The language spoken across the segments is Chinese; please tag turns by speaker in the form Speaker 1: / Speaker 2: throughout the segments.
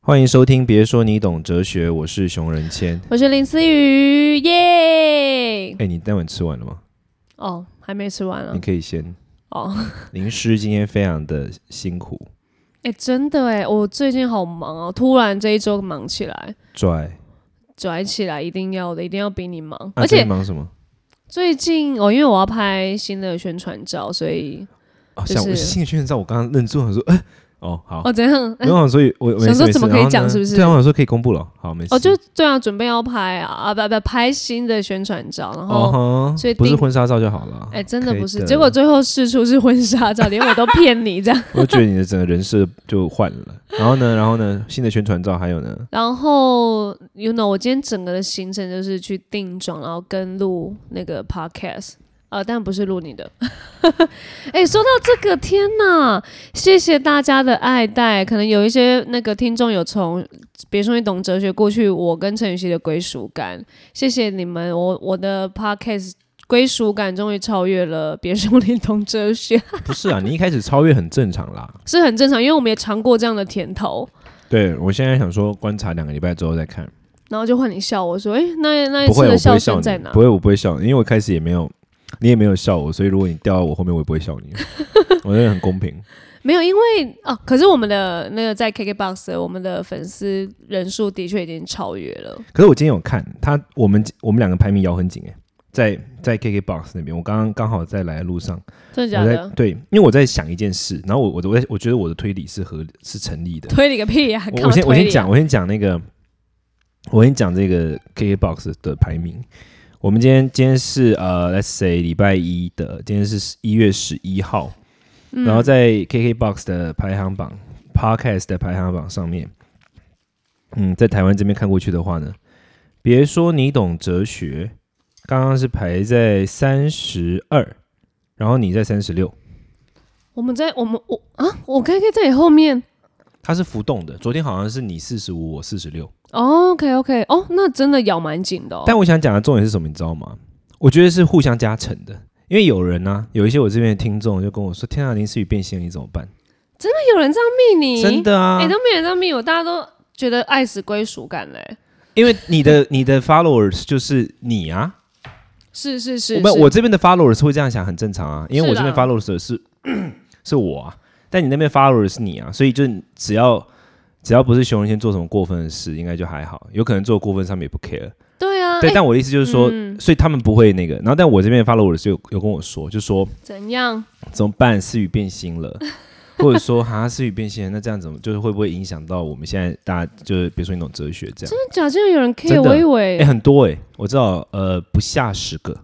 Speaker 1: 欢迎收听，别说你懂哲学，我是熊仁谦。
Speaker 2: 我是林思雨，耶！
Speaker 1: 哎，你那晚吃完了吗？
Speaker 2: 哦，还没吃完啊
Speaker 1: 你。可以先。
Speaker 2: 哦，
Speaker 1: 林师今天非常的辛苦，
Speaker 2: 哎、真的哎，我最近好忙哦，突然这一周忙起来，
Speaker 1: 拽。
Speaker 2: 拽起来一定要的，一定要比你忙。
Speaker 1: 啊
Speaker 2: 而
Speaker 1: 最近
Speaker 2: 且
Speaker 1: 忙什么？
Speaker 2: 最近哦，因为我要拍新的宣传照，所以
Speaker 1: 哦，
Speaker 2: 就
Speaker 1: 想我
Speaker 2: 是
Speaker 1: 新的宣传照，我刚刚愣住，我说，哎，哦，好。
Speaker 2: 哦怎样？
Speaker 1: 没有，我所以我我没
Speaker 2: 想说
Speaker 1: 事
Speaker 2: 怎么
Speaker 1: 没事
Speaker 2: 可以
Speaker 1: 然后
Speaker 2: 讲
Speaker 1: 呢
Speaker 2: 是不是
Speaker 1: 对啊，我想说可以公布了。好，没事。
Speaker 2: 哦，就对啊，准备要拍啊啊不不拍新的宣传照，然后。
Speaker 1: 哦哈，
Speaker 2: 所以
Speaker 1: 不是
Speaker 2: 定
Speaker 1: 婚纱照就好了。
Speaker 2: 哎、真的
Speaker 1: 可以
Speaker 2: 不是，结果最后试出是婚纱照，连我都骗你这样。
Speaker 1: 我觉得你的整个人设就换了。然后呢，然后呢，新的宣传照还有呢，
Speaker 2: 然后，you know，我今天整个的行程就是去定妆，然后跟录那个 podcast，呃，但不是录你的。 哎、说到这个，天呐，谢谢大家的爱戴。可能有一些那个听众有从，别说你懂哲学，过去我跟陈雨希的归属感，谢谢你们，我我的 podcast 归属感终于超越了别说你懂哲学，
Speaker 1: 不是啊，你一开始超越很正常啦。
Speaker 2: 是很正常，因为我们也尝过这样的甜头。
Speaker 1: 对我现在想说，观察两个礼拜之后再看。
Speaker 2: 然后就换你笑我说，哎、那那一
Speaker 1: 不
Speaker 2: 次
Speaker 1: 会，我
Speaker 2: 的
Speaker 1: 不
Speaker 2: 笑
Speaker 1: 会笑
Speaker 2: 声
Speaker 1: 你
Speaker 2: 在哪？，
Speaker 1: 不会，我不会笑你，因为我开始也没有，你也没有笑我，所以如果你掉到我后面，我也不会笑 你。我觉得很公平。
Speaker 2: 没有，因为哦，可是我们的那个在 KKBOX，的我们的粉丝人数的确已经超越了。
Speaker 1: 可是我今天有看他，我们我们两个排名摇很紧哎、在在 KKBOX 那边，我刚刚刚好在来的路上，
Speaker 2: 真的假
Speaker 1: 我在
Speaker 2: 的？
Speaker 1: 对，因为我在想一件事，然后我我我在我觉得我的推理是合理是成立的。
Speaker 2: 推理个屁呀、
Speaker 1: 我
Speaker 2: 干嘛
Speaker 1: 我先我
Speaker 2: 推
Speaker 1: 先
Speaker 2: 理啊
Speaker 1: 讲，，我先讲那个，我先讲这个 KKBOX 的排名。我们今天今天是呃，Let's say 礼拜一的，今天是一月十一号，
Speaker 2: 嗯
Speaker 1: 然后在 KKBOX 的排行榜、Podcast 的排行榜上面，嗯，在台湾这边看过去的话呢，别说你懂哲学，刚刚是排在三十二，然后你在三十六，
Speaker 2: 我们在我们我啊，我 KK 在你后面。
Speaker 1: 它是浮动的。昨天好像是你四十五，我四十六。
Speaker 2: 哦 OK OK，哦，那真的咬蛮紧的、哦。
Speaker 1: 但我想讲的重点是什么，你知道吗？我觉得是互相加成的，因为有人呢、啊有一些我这边的听众就跟我说：“天啊，林思雨变心了，你怎么办
Speaker 2: 那有人这样密？”你，
Speaker 1: 真、的啊
Speaker 2: 哎、，都没人这样密我，大家都觉得爱死归属感嘞、
Speaker 1: 因为你的 你的 followers 就是你啊，
Speaker 2: 是是是
Speaker 1: 我
Speaker 2: 是，
Speaker 1: 们我这边的 followers 会这样想，很正常啊，因为我
Speaker 2: 是
Speaker 1: 这
Speaker 2: 啦
Speaker 1: 边 followers 是 是我啊，但你那边 followers 是你啊，所以就只要只要不是熊仁先做什么过分的事，应该就还好，有可能做过分上面也不 care。
Speaker 2: 对啊，
Speaker 1: 对，
Speaker 2: 哎
Speaker 1: 但我的意思就是说，
Speaker 2: 嗯
Speaker 1: 所以他们不会那个，然后但我这边的 followers 就有有跟我说，就说。
Speaker 2: 怎样？
Speaker 1: 怎么办？思雨变心 了，或者说哈思雨变心了，那这样怎么就是会不会影响到我们现在大家就是比如说你懂哲学这样？
Speaker 2: 真的假的？竟然有人 care，
Speaker 1: 真的
Speaker 2: 我以为、
Speaker 1: 哎、很多哎、我知道呃不下十个，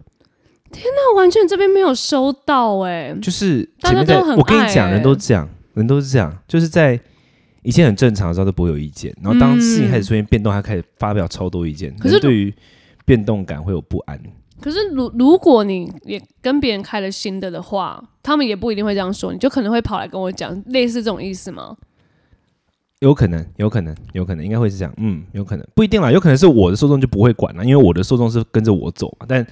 Speaker 2: 那完全这边没有收到哎、
Speaker 1: 就是
Speaker 2: 大
Speaker 1: 前
Speaker 2: 家
Speaker 1: 面在、
Speaker 2: 都很
Speaker 1: 我跟你
Speaker 2: 爱
Speaker 1: 讲，
Speaker 2: 欸
Speaker 1: 人都这样，人都是这样，就是在。以前很正常的时候都不会有意见，然后当事情开始出现变动，他开始发表超多意见，
Speaker 2: 嗯可是
Speaker 1: 人对于变动感会有不安。
Speaker 2: 可是如如果你也跟别人开了新的的话，他们也不一定会这样说，你就可能会跑来跟我讲类似这种意思吗？
Speaker 1: 有可能，有可能，有可能，应该会是这样。嗯，有可能，不一定啦，有可能是我的受众就不会管了，因为我的受众是跟着我走嘛。但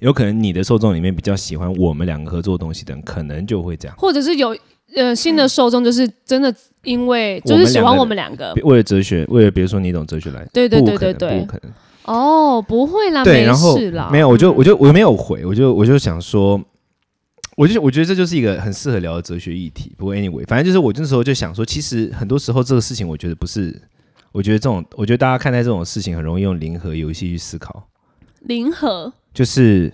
Speaker 1: 有可能你的受众里面比较喜欢我们两个合作的东西的人，可能就会这样。
Speaker 2: 或者是有呃新的受众就是真的因为
Speaker 1: 我
Speaker 2: 就
Speaker 1: 们
Speaker 2: 是喜
Speaker 1: 两
Speaker 2: 欢
Speaker 1: 个
Speaker 2: 我们两个
Speaker 1: 比为了哲学，为了比如说你懂哲学来，
Speaker 2: 呃对对
Speaker 1: 不
Speaker 2: 对
Speaker 1: 可能
Speaker 2: 对对
Speaker 1: 不可能。
Speaker 2: 哦，不会啦，
Speaker 1: 对，
Speaker 2: 没
Speaker 1: 然后
Speaker 2: 事啦，
Speaker 1: 没有，我就
Speaker 2: 嗯
Speaker 1: 我就我没有回，我就我就想说，我就我觉得这就是一个很适合聊的哲学议题。不过 anyway，反正就是我那时候就想说，其实很多时候这个事情，我觉得不是，我觉得这种，我觉得大家看待这种事情很容易用零和游戏去思考。
Speaker 2: 零和
Speaker 1: 就是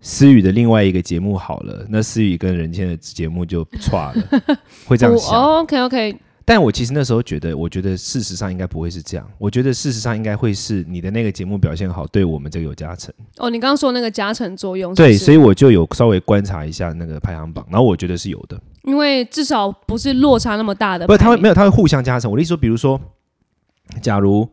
Speaker 1: 思雨的另外一个节目好了，那思雨跟任谦的节目就差 了，会这样
Speaker 2: 不
Speaker 1: 想。
Speaker 2: 哦，OK OK，
Speaker 1: 但我其实那时候觉得，我觉得事实上应该不会是这样，我觉得事实上应该会是你的那个节目表现好，对我们这个有加成。
Speaker 2: 哦，你刚刚说那个加成作用是不
Speaker 1: 对，
Speaker 2: 是，
Speaker 1: 所以我就有稍微观察一下那个排行榜，然后我觉得是有的。
Speaker 2: 因为至少不是落差那么大的
Speaker 1: 不
Speaker 2: 排名，
Speaker 1: 是，他会没有，他会互相加成。我的意思说，比如说，假如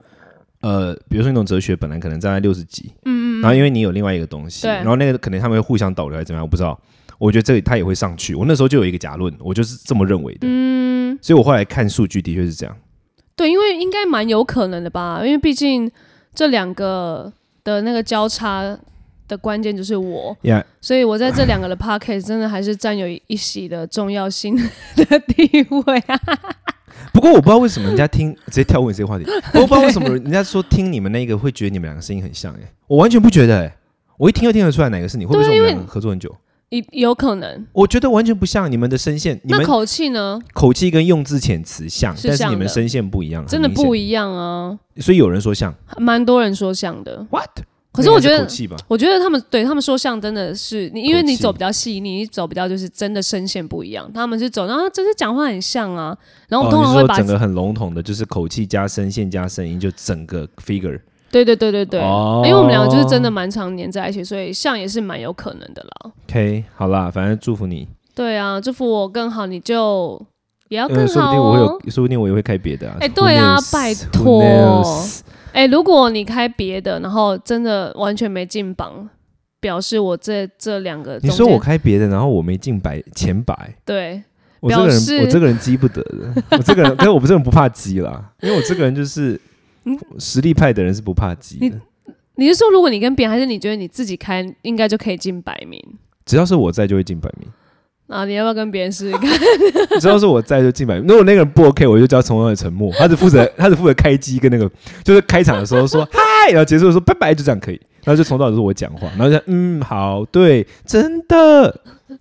Speaker 1: 呃，比如说那种哲学本来可能站在六十几，嗯嗯，然后因为你有另外一个东西，
Speaker 2: 对
Speaker 1: 然后那个可能他们会互相导流还是怎么样，我不知道。我觉得这里他也会上去。我那时候就有一个假论，我就是这么认为的。嗯，所以我后来看数据的确是这样。
Speaker 2: 对，因为应该蛮有可能的吧，因为毕竟这两个的那个交叉的关键就是我，
Speaker 1: 呀、
Speaker 2: 所以我在这两 个的 p o c k e t 真的还是占有一席的重要性的地位啊。
Speaker 1: 不不过我不知道为什么人家听 直接跳问这个话题，我不知道为什么人家说听你们那个会觉得你们两个声音很像哎、我完全不觉得哎、我一听就听得出来哪个是你，会不会是我
Speaker 2: 因
Speaker 1: 们
Speaker 2: 为
Speaker 1: 两个合作很久？
Speaker 2: 有有可能。
Speaker 1: 我觉得完全不像你们的声线，你
Speaker 2: 那
Speaker 1: 们
Speaker 2: 口气呢？
Speaker 1: 口气跟用字遣词像，
Speaker 2: 是
Speaker 1: 但是
Speaker 2: 像
Speaker 1: 你们
Speaker 2: 的
Speaker 1: 声线不一样，
Speaker 2: 真的不
Speaker 1: 一
Speaker 2: 一样啊，
Speaker 1: 所以有人说像
Speaker 2: 蛮多人说像的。
Speaker 1: what？
Speaker 2: 可是我觉
Speaker 1: 那应该
Speaker 2: 得
Speaker 1: 口，气吧，
Speaker 2: 我觉得他们对他们说像真的是你，因为
Speaker 1: 口
Speaker 2: 你
Speaker 1: 气
Speaker 2: 走比较细腻，你走比较就是真的声线不一样。他们是走，然后真的讲话很像啊。然后我通常
Speaker 1: 哦、你
Speaker 2: 会
Speaker 1: 是说
Speaker 2: 把
Speaker 1: 整个很笼统的，就是口气加声线加声音，就整个 figure。
Speaker 2: 对对对对对，
Speaker 1: 哦
Speaker 2: 因为我们两个就是真的蛮常黏在一起，所以像也是蛮有可能的啦。
Speaker 1: OK，好啦，反正祝福你。
Speaker 2: 对啊，祝福我更好，你就也要
Speaker 1: 嗯、
Speaker 2: 更
Speaker 1: 说不
Speaker 2: 好
Speaker 1: 定我会有
Speaker 2: 哦。，
Speaker 1: 说不定我也会开别的啊。
Speaker 2: 哎
Speaker 1: Who
Speaker 2: 对啊
Speaker 1: knows？
Speaker 2: 拜
Speaker 1: Who
Speaker 2: 托
Speaker 1: knows？
Speaker 2: 哎、如果你开别的，然后真的完全没进榜，表示我这这两个
Speaker 1: 你
Speaker 2: 中
Speaker 1: 说
Speaker 2: 间
Speaker 1: 我开别的，然后我没进百前百，
Speaker 2: 对
Speaker 1: 我这个
Speaker 2: 表
Speaker 1: 人
Speaker 2: 示
Speaker 1: 我这个人激不得的， 我这个人，但是我这个人不怕激啦，因为我这个人就是
Speaker 2: 嗯
Speaker 1: 实力派的人是不怕激的
Speaker 2: 你，你是说，如果你跟别人，还是你觉得你自己开，应该就可以进百名？
Speaker 1: 只要是我在就会进百名。
Speaker 2: 啊，你要不要跟别人试试看？
Speaker 1: 只要是我在就进百名。如果那个人不 OK，我就叫他从容的沉默。他只负责， 他只负责开机跟那个，就是开场的时候说 嗨，然后结束的时候拜拜，就这样可以。然后就从头到尾都是我讲话，然后就嗯好，对，真的，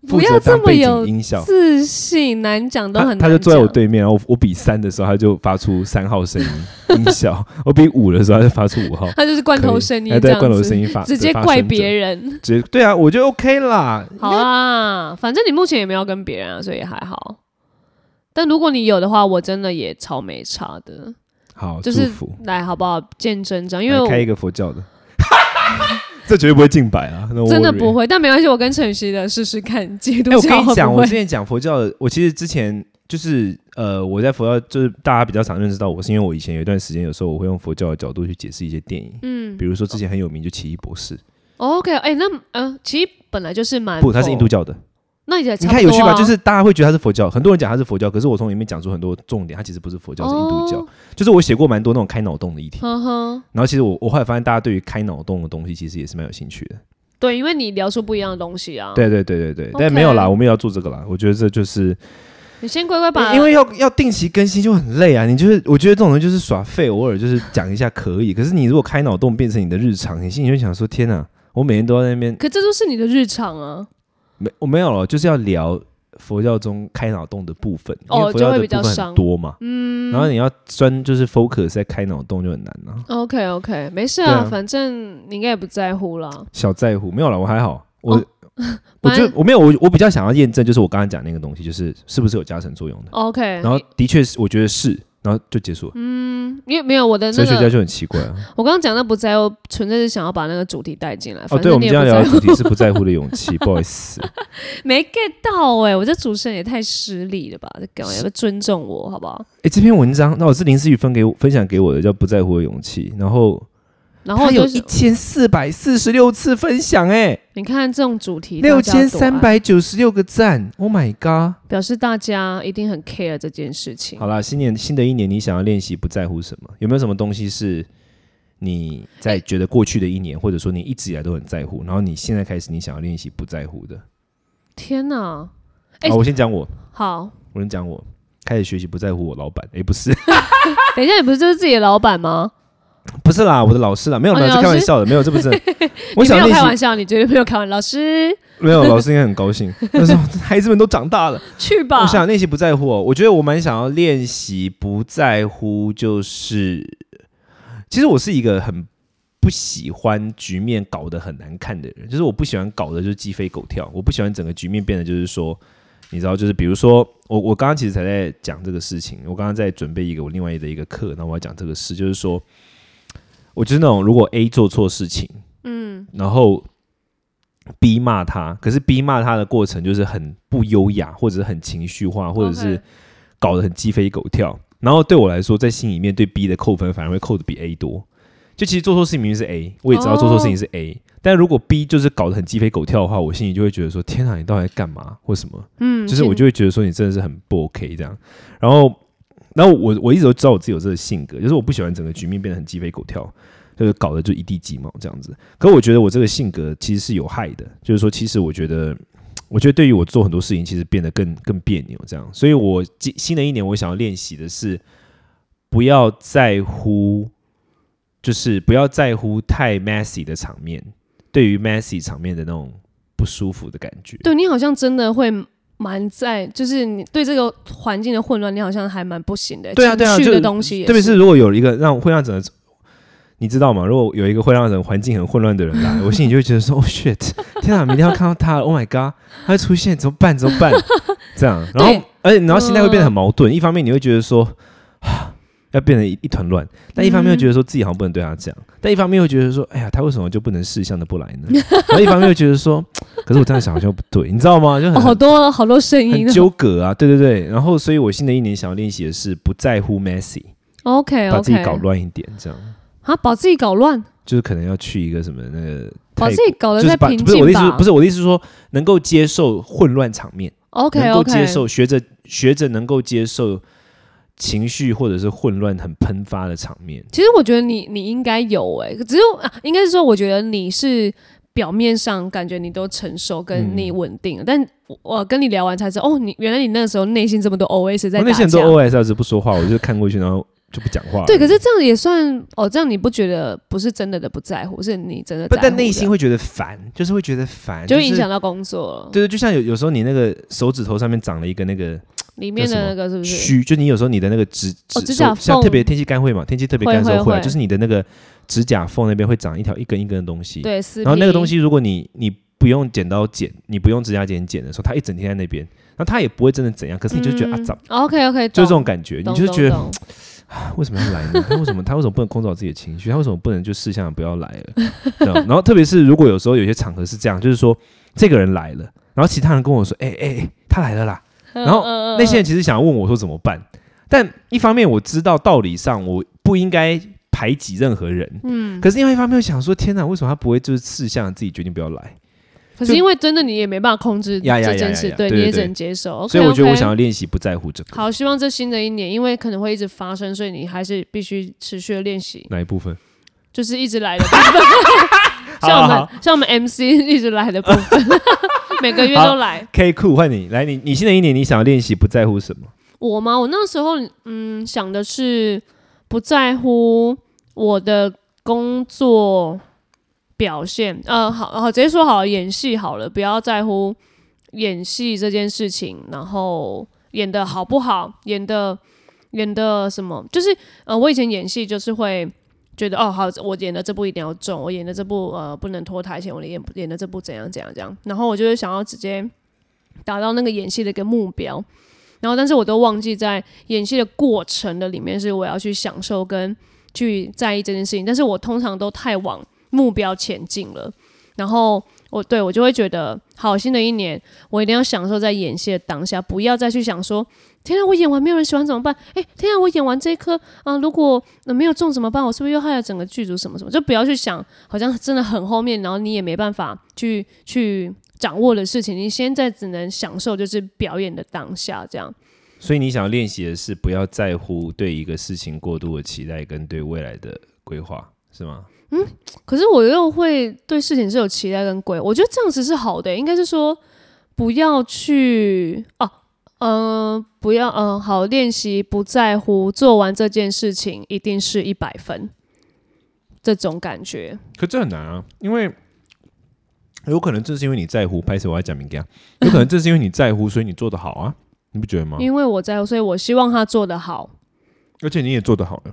Speaker 1: 负
Speaker 2: 不
Speaker 1: 责
Speaker 2: 要这
Speaker 1: 当
Speaker 2: 么
Speaker 1: 背景
Speaker 2: 有
Speaker 1: 音效。
Speaker 2: 自信，难讲都
Speaker 1: 他
Speaker 2: 很难
Speaker 1: 他就坐在我
Speaker 2: 讲，
Speaker 1: 对面，然后我我比三的时候，他就发出三号声音音效； 我比五的时候，他就发出五号。
Speaker 2: 他就是罐
Speaker 1: 可
Speaker 2: 头
Speaker 1: 以
Speaker 2: 声音
Speaker 1: 哎
Speaker 2: 这
Speaker 1: 对，
Speaker 2: 样子，
Speaker 1: 罐头声音发
Speaker 2: 直接
Speaker 1: 发
Speaker 2: 怪
Speaker 1: 声者
Speaker 2: 别人。
Speaker 1: 直接对啊，我觉得 OK 啦。
Speaker 2: 好啊，反正你目前也没有跟别人啊，所以也还好。但如果你有的话，我真的也超没差的，
Speaker 1: 好，
Speaker 2: 就是
Speaker 1: 祝福
Speaker 2: 来好不好？见真章，因为
Speaker 1: 来
Speaker 2: 我
Speaker 1: 开一个佛教的， 这绝对不会进百啊！no
Speaker 2: 真的
Speaker 1: worry
Speaker 2: 不会，但没关系，我跟晨曦的试试看，基 督
Speaker 1: 哎、我
Speaker 2: 教
Speaker 1: 跟你
Speaker 2: 会嗯
Speaker 1: 讲，
Speaker 2: 不
Speaker 1: 我之
Speaker 2: 会。
Speaker 1: 前讲佛教的，我其实之前就是呃，我在佛教就是大家比较常认识到我，是因为我以前有一段时间，有时候我会用佛教的角度去解释一些电影，
Speaker 2: 嗯
Speaker 1: 比如说之前很有名就《奇异博士》，
Speaker 2: ，OK，哎、那嗯、呃，其实本来就是蛮
Speaker 1: 不，它是印度
Speaker 2: 教，
Speaker 1: 教的，
Speaker 2: 那也
Speaker 1: 你
Speaker 2: 差不多、啊、
Speaker 1: 看有趣吧？就是大家会觉得它是佛教，很多人讲它是佛教，可是我从里面讲出很多重点，它其实不是佛教，是印度教。
Speaker 2: 哦
Speaker 1: 就是我写过蛮多那种开脑洞的议题，
Speaker 2: 呵呵，
Speaker 1: 然后其实我我后来发现，大家对于开脑洞的东西其实也是蛮有兴趣的。
Speaker 2: 对，因为你聊出不一样的东西啊。，
Speaker 1: 对对对对对，但没有啦，我们也要做这个啦。我觉得这就是
Speaker 2: 你先乖乖把，
Speaker 1: 因为要要定期更新就很累啊。你就是我觉得这种人就是耍废，偶尔就是讲一下可以。可是你如果开脑洞变成你的日常，你心里就会想说：天哪，我每天都在那边
Speaker 2: 可这都是你的日常啊。
Speaker 1: 没我没有了，就是要聊佛教中开脑洞的部分，因为
Speaker 2: 哦
Speaker 1: 佛教
Speaker 2: 就
Speaker 1: 的
Speaker 2: 会比较
Speaker 1: 部分很
Speaker 2: 伤
Speaker 1: 多嘛。嗯，然后你要专就是 focus 在开脑洞就很难啊。
Speaker 2: OK OK，没事
Speaker 1: 对
Speaker 2: 啊，
Speaker 1: 啊
Speaker 2: 反正你应该也不在乎啦。
Speaker 1: 小在乎没有了，我还好，我、
Speaker 2: 哦
Speaker 1: 我
Speaker 2: 反
Speaker 1: 就
Speaker 2: 正
Speaker 1: 我没有我我比较想要验证，就是我刚才讲那个东西，就是是不是有加成作用的。
Speaker 2: OK，
Speaker 1: 然后的确是，我觉得是，然后就结束了。
Speaker 2: 因为没有我的
Speaker 1: 哲
Speaker 2: 那
Speaker 1: 学家
Speaker 2: 个，
Speaker 1: 就很奇怪啊。
Speaker 2: 我刚刚讲的不在乎，纯粹是想要把那个主题带进来。
Speaker 1: 哦，
Speaker 2: 反
Speaker 1: 对，我
Speaker 2: 正
Speaker 1: 们
Speaker 2: 你
Speaker 1: 今天
Speaker 2: 也不
Speaker 1: 要
Speaker 2: 在
Speaker 1: 聊的
Speaker 2: 乎，
Speaker 1: 主 题是不在乎的勇气， 不好意思。
Speaker 2: 没 get 到哎、我这主持人也太失礼了吧？这干嘛？要不要尊重我好不好？
Speaker 1: 哎，这篇文章，那我是林思雨分给我分享给我的，叫《不在乎的勇气》，然后
Speaker 2: 然后
Speaker 1: 它有
Speaker 2: 就
Speaker 1: 一
Speaker 2: 是
Speaker 1: 千四百四十六次分享，哎，
Speaker 2: 你看这种主题，
Speaker 1: 六
Speaker 2: 大家
Speaker 1: 千
Speaker 2: 多爱
Speaker 1: 三，百九十
Speaker 2: 啊
Speaker 1: 六个赞，Oh my god！
Speaker 2: 表示大家一定很 care 这件事情
Speaker 1: 好。啦，新年新的一年，你想要练习不在乎什么？有没有什么东西是你在觉得过去的一年，或者说你一直以来都很在乎，然后你现在开始你想要练习不在乎的？
Speaker 2: 天哪，哎
Speaker 1: 好，我先讲我，
Speaker 2: 好，
Speaker 1: 我先讲我。开始学习不在乎我老板，哎，不是，
Speaker 2: 等一下，你不是就是自己的老板吗？
Speaker 1: 不是啦，我的老师啦，没有，
Speaker 2: 哦
Speaker 1: 没有，
Speaker 2: 你
Speaker 1: 这
Speaker 2: 老
Speaker 1: 开玩
Speaker 2: 师
Speaker 1: 笑的，没有，这不 是。我
Speaker 2: 你没
Speaker 1: 想
Speaker 2: 有
Speaker 1: 练
Speaker 2: 开玩
Speaker 1: 习，
Speaker 2: 笑，你绝对没有开玩笑。老师，
Speaker 1: 没有，老师应该很高兴。 他说孩子们都长大了，
Speaker 2: 去吧
Speaker 1: 我。想练习不在乎哦。我觉得我蛮想要练习不在乎，就是其实我是一个很不喜欢局面搞得很难看的人，就是我不喜欢搞的就是鸡飞狗跳，我不喜欢整个局面变得就是说，你知道，就是比如说我我刚刚其实才在讲这个事情，我刚刚在准备一个我另外的一个课，那我要讲这个事，就是说，我就是那种如果 A 做错事情，嗯，然后 B 骂他，可是 B 骂他的过程就是很不优雅，或者是很情绪化，或者是
Speaker 2: OK
Speaker 1: 搞得很鸡飞狗跳。然后对我来说，在心里面对 B 的扣分反而会扣的比 A 多。就其实做错事情明明是 A，我也知道做错事情是 A，、但如果 B 就是搞得很鸡飞狗跳的话，我心里就会觉得说：天啊，你到底在干嘛或什么？
Speaker 2: 嗯，
Speaker 1: 就是我就会觉得说你真的是很不 OK 这样。然后，然后我我一直都知道我自己有这个性格，就是我不喜欢整个局面变得很鸡飞狗跳，就是搞得就一地鸡毛这样子。可我觉得我这个性格其实是有害的，就是说，其实我觉得我觉得对于我做很多事情，其实变得更更别扭这样。所以我今新的一年，我想要练习的是，不要在乎，就是不要在乎太 messy 的场面，对于 messy 场面的那种不舒服的感觉。
Speaker 2: 对你好像真的会蛮在，就是你对这个环境的混乱，你好像还蛮不行的。
Speaker 1: 对啊对啊
Speaker 2: 情绪
Speaker 1: 就
Speaker 2: 的东西也
Speaker 1: 特别是如果有一个让会让整个，你知道吗？如果有一个会让人环境很混乱的人 来，我心里就会觉得说：“哦 shit，天啊，明天要看到他了，Oh my god，他会出现，怎么办？怎么办？” 这样，然后
Speaker 2: 对嗯
Speaker 1: 而且然后心态会变得很矛盾。一方面你会觉得说， 啊要变得一一团乱；但一方面又觉得说自己好像不能对他这样；但一方面又觉得说，哎呀，他为什么就不能事项的不来呢？ 然后一方面又觉得说，可是我这样想好像不对，你知道吗？就很、
Speaker 2: 哦、好多好多声音
Speaker 1: 很。纠葛啊，对对对。然后，所以我新的一年想要练习的是不在乎 messy，
Speaker 2: OK 哎 OK，
Speaker 1: 把自己搞乱一点，这样
Speaker 2: 啊，把自己搞乱，
Speaker 1: 就是可能要去一个什么那个泰
Speaker 2: 把
Speaker 1: 国，
Speaker 2: 自己搞得
Speaker 1: 就是
Speaker 2: 再
Speaker 1: 把
Speaker 2: 平
Speaker 1: 不
Speaker 2: 静
Speaker 1: 是我的意思，
Speaker 2: 吧
Speaker 1: 不是我的意思是说能够接受混乱场面
Speaker 2: OK
Speaker 1: 能够
Speaker 2: OK，
Speaker 1: 接受学着学着能够接受情绪或者是混乱很喷发的场面。
Speaker 2: 其实我觉得你你应该有哎、只有啊，应该是说，我觉得你是表面上感觉你都承受，跟
Speaker 1: 嗯
Speaker 2: 你稳定了，但我我跟你聊完才知道，哦，你原来你那时候内心这么多 OS 在
Speaker 1: 我哦
Speaker 2: 打
Speaker 1: 那些人都
Speaker 2: 架。
Speaker 1: OS 要是不说话，我就看过去，然后就不讲话了。
Speaker 2: 对，可是这样也算哦，这样你不觉得不是真的的不在乎，是你真的在
Speaker 1: 不
Speaker 2: 乎的，
Speaker 1: 但内心会觉得烦，就是会觉得烦，
Speaker 2: 就会
Speaker 1: 是
Speaker 2: 影响。到工作了，
Speaker 1: 对对，就像有有时候你那个手指头上面长了一个那个
Speaker 2: 里面的那个是不是？
Speaker 1: 虚，就你有时候你的那个指指、
Speaker 2: 哦指甲
Speaker 1: 手像
Speaker 2: 缝
Speaker 1: 特别天气干会嘛，天气特别干的时候
Speaker 2: 会
Speaker 1: 会啊，
Speaker 2: 会
Speaker 1: 就是你的那个指甲缝那边会长一条一根一根的东西。
Speaker 2: 对，撕
Speaker 1: 然后那个
Speaker 2: 皮
Speaker 1: 东西，如果你你不用剪刀剪，你不用指甲剪剪的时候，它一整天在那边，那它也不会真的怎样，可是你就觉得、啊，咋，
Speaker 2: OK OK，
Speaker 1: 就是这种感觉，你
Speaker 2: 嗯懂
Speaker 1: 就是
Speaker 2: 懂
Speaker 1: 觉得
Speaker 2: 懂
Speaker 1: 啊为什么要来呢？他为什么他为什么不能控制好自己的情绪？他为什么不能就事项不要来了？ 这样然后特别是如果有时候有些场合是这样，就是说这个人来了，然后其他人跟我说，哎哎哎，他来了啦，然后
Speaker 2: 嗯嗯嗯
Speaker 1: 那些人其实想问我说怎么办，但一方面我知道道理上我不应该排挤任何人，
Speaker 2: 嗯，
Speaker 1: 可是另外一方面又想说，天哪，为什么他不会就是事项自己决定不要来？
Speaker 2: 可是因为真的你也没办法控制
Speaker 1: 呀呀呀
Speaker 2: 这件
Speaker 1: 呀
Speaker 2: 事，
Speaker 1: 呀
Speaker 2: 对，
Speaker 1: 对
Speaker 2: 你也
Speaker 1: 对
Speaker 2: 只
Speaker 1: 对
Speaker 2: 能接受。
Speaker 1: 所以我觉得
Speaker 2: OK，OK
Speaker 1: 我想要练习不在乎这个
Speaker 2: 好，希望这新的一年，因为可能会一直发生，所以你还是必须持续的练习，
Speaker 1: 哪一部分。
Speaker 2: 就是一直来的部分。 像我
Speaker 1: 好
Speaker 2: 们
Speaker 1: 好
Speaker 2: 像我们 MC 一直来的部 分，每个月都来。
Speaker 1: K 酷换你来，你你新的一年你想要练习不在乎什么？
Speaker 2: 我吗？我那时候嗯想的是不在乎我的工作表现，呃，好好直接说好了演戏好了，不要在乎演戏这件事情，然后演的好不好，演的演的什么，就是呃，我以前演戏就是会。觉得哦好，我演的这部一定要中，我演的这部呃不能拖台前，我演演的这部怎样怎样怎样，然后我就是想要直接达到那个演戏的一个目标，然后但是我都忘记在演戏的过程的里面是我要去享受跟去在意这件事情，但是我通常都太往目标前进了，然后我对我就会觉得，好，新的一年我一定要享受在演戏的当下，不要再去想说，天啊，我演完没有人喜欢怎么办？哎，天啊，我演完这一颗啊、如果、呃没有中怎么办？我是不是又害了整个剧组什么什么？就不要去想，好像真的很后面，然后你也没办法去去掌握的事情，你现在只能享受就是表演的当下这样。
Speaker 1: 所以你想要练习的是不要在乎对一个事情过度的期待跟对未来的规划，是吗？
Speaker 2: 可是我又会对事情是有期待跟规，我觉得这样子是好的、应该是说不要去哦、嗯、不要嗯、好练习不在乎做完这件事情一定是一百分这种感觉。
Speaker 1: 可这很难啊，因为有可能正是因为你在乎，拍摄我要讲明给他，有可能正是因为你在乎，所以你做得好啊，你不觉得吗？
Speaker 2: 因为我在乎，所以我希望他做得好。
Speaker 1: 而且你也做得好啊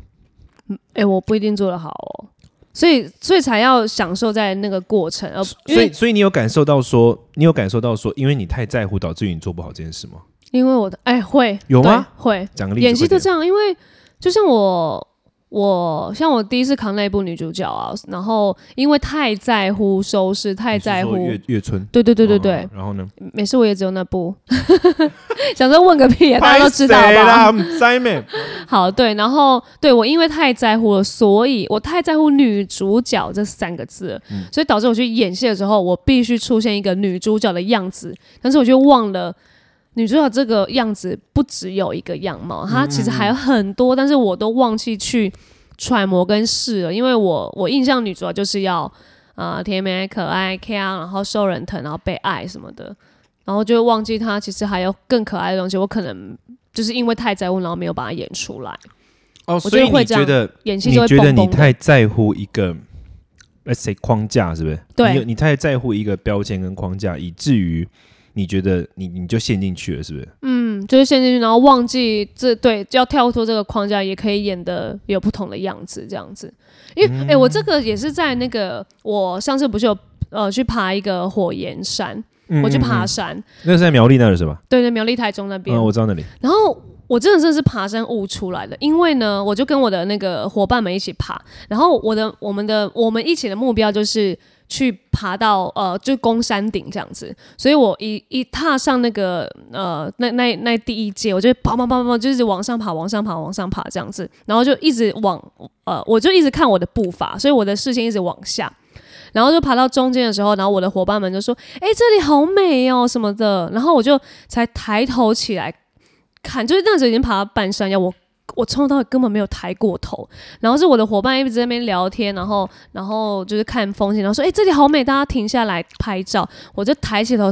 Speaker 1: 了。
Speaker 2: 哎、我不一定做得好哦，所以所以才要享受在那个过程，而因
Speaker 1: 所以，
Speaker 2: 为
Speaker 1: 所以你有感受到说，你有感受到说，因为你太在乎，导致于你做不好这件事吗？
Speaker 2: 因为我的哎、会
Speaker 1: 有吗？
Speaker 2: 对会
Speaker 1: 讲个例子，
Speaker 2: 演戏
Speaker 1: 快
Speaker 2: 都
Speaker 1: 点
Speaker 2: 这样，因为就像我，我像我第一次扛那一部女主角啊，然后因为太在乎收视，太
Speaker 1: 你是
Speaker 2: 在
Speaker 1: 说
Speaker 2: 乎，
Speaker 1: 月月春，
Speaker 2: 对对对对对
Speaker 1: 嗯，然后呢？
Speaker 2: 每次我也只有那部， 想说问个屁啊，大家都知道
Speaker 1: 拍谁啦
Speaker 2: 吧？
Speaker 1: ？Simon，
Speaker 2: 好，对，然后对我因为太在乎了，所以我太在乎女主角这三个字了，所以导致我去演戏的时候，我必须出现一个女主角的样子，但是我就忘了。女主角这个样子不只有一个样貌，她其实还有很多，但是我都忘记去揣摩跟试了，因为我我印象女主角就是要呃甜美可爱、K 然后受人疼，然后被爱什么的，然后就会忘记它其实还有更可爱的东西。我可能就是因为太在乎，然后没有把它演出来，
Speaker 1: 哦，
Speaker 2: 觉
Speaker 1: 所
Speaker 2: 得
Speaker 1: 以
Speaker 2: 会
Speaker 1: 你
Speaker 2: 这样
Speaker 1: 觉得
Speaker 2: 演戏
Speaker 1: 你
Speaker 2: 就会
Speaker 1: 觉得
Speaker 2: 蹦
Speaker 1: 你
Speaker 2: 蹦的。
Speaker 1: 太在乎一个 let's say 框架是不是？
Speaker 2: 对
Speaker 1: 你有你太在乎一个标签跟框架，以至于你觉得你你就陷进去了，是不是？
Speaker 2: 嗯，就是陷进去，然后忘记这对要跳脱这个框架，也可以演的有不同的样子，这样子。因为哎、
Speaker 1: 嗯
Speaker 2: 诶我这个也是在那个我上次不是有呃去爬一个火焰山，我去
Speaker 1: 嗯，
Speaker 2: 爬
Speaker 1: 嗯
Speaker 2: 山，
Speaker 1: 嗯那是在苗栗那里是吧？
Speaker 2: 对对，苗栗台中那边，
Speaker 1: 嗯，我知道那里。
Speaker 2: 然后我真的真的是爬山悟出来的，因为呢，我就跟我的那个伙伴们一起爬，然后我的我们的我们一起的目标就是去爬到呃，就攻山顶这样子。所以我一一踏上那个呃那那那第一阶，呃我就跑跑跑跑跑，就是往上爬，往上爬，往上爬这样子，然后就一直往呃，我就一直看我的步伐，所以我的视线一直往下。然后就爬到中间的时候，然后我的伙伴们就说：“哎、这里好美哦，什么的。”然后我就才抬头起来看，就是那时候已经爬到半山腰，我我从头到尾根本没有抬过头。然后是我的伙伴一直在那边聊天，然后然后就是看风景，然后说：“哎、这里好美，大家停下来拍照。”我就抬起头，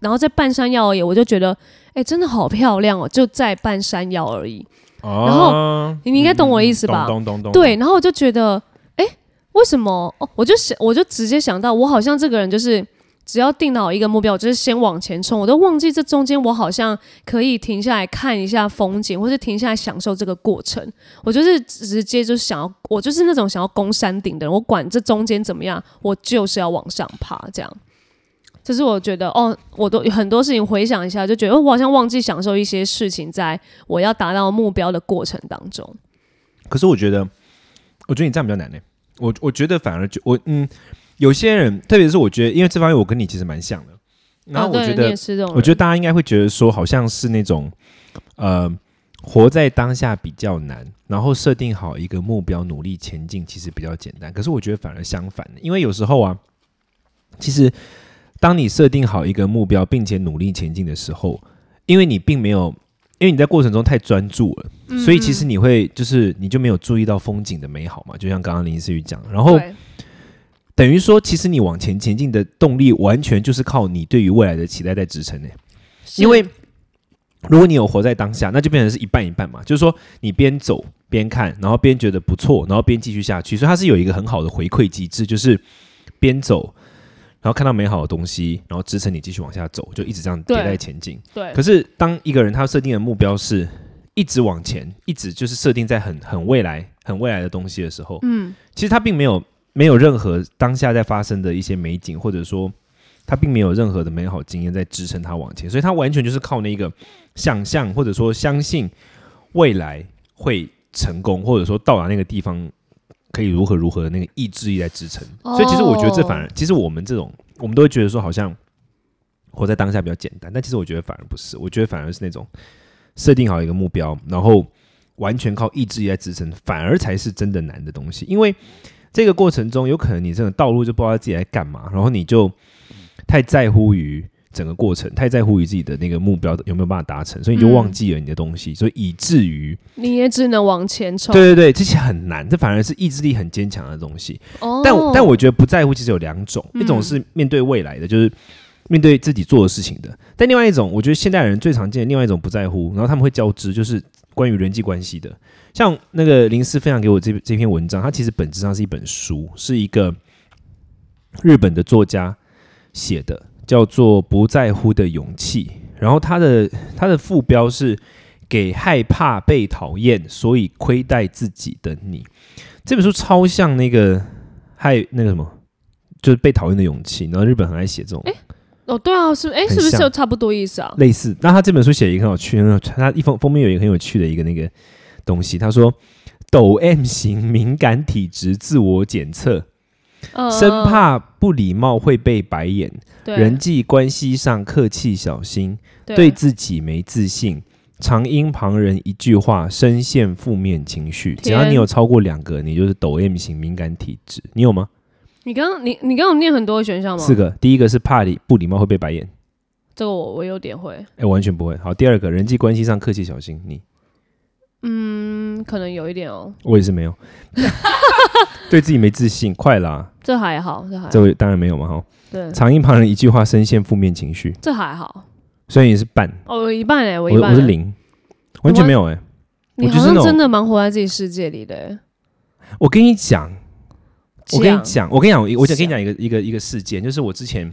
Speaker 2: 然后在半山腰而已，我就觉得：“哎、真的好漂亮哦！”就在半山腰而已。
Speaker 1: 哦，
Speaker 2: 后你你应该懂我的意思
Speaker 1: 嗯
Speaker 2: 吧
Speaker 1: 懂懂懂。懂
Speaker 2: 对，，然后我就觉得，哎、为什么？哦，我就想，我就直接想到，我好像这个人就是。只要定好一个目标，我就是先往前冲。我都忘记这中间，我好像可以停下来看一下风景，或是停下来享受这个过程。我就是直接就想要，我就是那种想要攻山顶的人。我管这中间怎么样，我就是要往上爬。这样，这是我觉得哦，我都很多事情回想一下，就觉得、哦我好像忘记享受一些事情，在我要达到目标的过程当中。
Speaker 1: 可是我觉得，我觉得你这样比较难呢、欸我我觉得反而就我嗯，有些人，特别是我觉得，因为这方面我跟你其实蛮像的。然后
Speaker 2: 啊
Speaker 1: 我
Speaker 2: 对
Speaker 1: 觉
Speaker 2: 你
Speaker 1: 得，
Speaker 2: 也是这种人，
Speaker 1: 我觉得大家应该会觉得说，好像是那种呃，活在当下比较难，然后设定好一个目标，努力前进，其实比较简单。可是我觉得反而相反，因为有时候啊，其实当你设定好一个目标，并且努力前进的时候，因为你并没有，因为你在过程中太专注了，
Speaker 2: 嗯
Speaker 1: 所以其实你会就是你就没有注意到风景的美好嘛，就像刚刚林思雨讲，然后
Speaker 2: 对
Speaker 1: 等于说，其实你往前前进的动力完全就是靠你对于未来的期待在支撑呢、
Speaker 2: 是
Speaker 1: 因为如果你有活在当下，那就变成是一半一半嘛，就是说你边走边看，然后边觉得不错，然后边继续下去，所以它是有一个很好的回馈机制，就是边走，然后看到美好的东西，然后支撑你继续往下走，就一直这样迭代
Speaker 2: 对
Speaker 1: 前进。
Speaker 2: 对，
Speaker 1: 可是当一个人他设定的目标是一直往前，一直就是设定在很很未来、很未来的东西的时候，
Speaker 2: 嗯，
Speaker 1: 其实他并没有没有任何当下在发生的一些美景，或者说他并没有任何的美好经验在支撑他往前，所以他完全就是靠那个想象或者说相信未来会成功，或者说到达那个地方可以如何如何的那个意志力来支撑。
Speaker 2: 哦
Speaker 1: 所以其实我觉得这反而，其实我们这种我们都会觉得说好像活在当下比较简单，但其实我觉得反而不是，我觉得反而是那种设定好一个目标，然后完全靠意志力来支撑，反而才是真的难的东西。因为这个过程中，有可能你真的道路就不知道自己在干嘛，然后你就太在乎于整个过程，太在乎于自己的那个目标有没有办法达成，所以你就
Speaker 2: 嗯
Speaker 1: 忘记了你的东西，所以以至于
Speaker 2: 你也只能往前冲。
Speaker 1: 对对对，这些很难，这反而是意志力很坚强的东西。
Speaker 2: 哦，
Speaker 1: 但我但我觉得不在乎其实有两种，
Speaker 2: 嗯
Speaker 1: 一种是面对未来的，就是面对自己做的事情的；但另外一种，我觉得现代人最常见的另外一种不在乎，然后他们会交织，就是关于人际关系的。像那个林思分享给我这这篇文章，它其实本质上是一本书，是一个日本的作家写的，叫做《不在乎的勇气》。然后它的它的副标是“给害怕被讨厌，所以亏待自己的你”。这本书超像那个害那个什么，就是被讨厌的勇气。然后日本很爱写这种
Speaker 2: 哦，对啊，是哎，
Speaker 1: 很
Speaker 2: 是不是
Speaker 1: 像
Speaker 2: 有差不多意思啊？
Speaker 1: 类似。那他这本书写了一个很有趣，很有他一封封面有一个很有趣的一个那个东西，他说。抖 M 型敏感体质自我检测，
Speaker 2: 嗯
Speaker 1: 生怕不礼貌会被白眼，
Speaker 2: 对
Speaker 1: 人际关系上客气小心，对
Speaker 2: 嗯对
Speaker 1: 自己没自信，常因旁人一句话深陷负面情绪。只要
Speaker 2: 天
Speaker 1: 你有超过两个，你就是抖 M 型敏感体质。你有吗？
Speaker 2: 你刚刚你你刚刚有念很多选项吗？
Speaker 1: 四个，第一个是怕礼不礼貌会被白眼，
Speaker 2: 这个我我有点会，
Speaker 1: 哎，完全不会。好，第二个人际关系上客气小心，你
Speaker 2: 嗯，可能有一点哦，
Speaker 1: 我也是没 有，对自己没自信，快啦，
Speaker 2: 这还好，这还
Speaker 1: 这
Speaker 2: 好，
Speaker 1: 位当然没有嘛哈。
Speaker 2: 对，
Speaker 1: 常因旁人一句话深陷负面情绪，
Speaker 2: 这还好。
Speaker 1: 虽然也是半，
Speaker 2: 哦，我一半哎、我
Speaker 1: 我
Speaker 2: 一半、
Speaker 1: 我是，零，完全没有哎、
Speaker 2: 你
Speaker 1: 我
Speaker 2: 好
Speaker 1: 就是那
Speaker 2: 像
Speaker 1: 种
Speaker 2: 真的蛮活在自己世界里的、欸。
Speaker 1: 我跟你讲，我跟你
Speaker 2: 这样，啊
Speaker 1: 讲，我跟你讲，我我想跟
Speaker 2: 讲
Speaker 1: 你讲一个一个一个事件，就是我之前，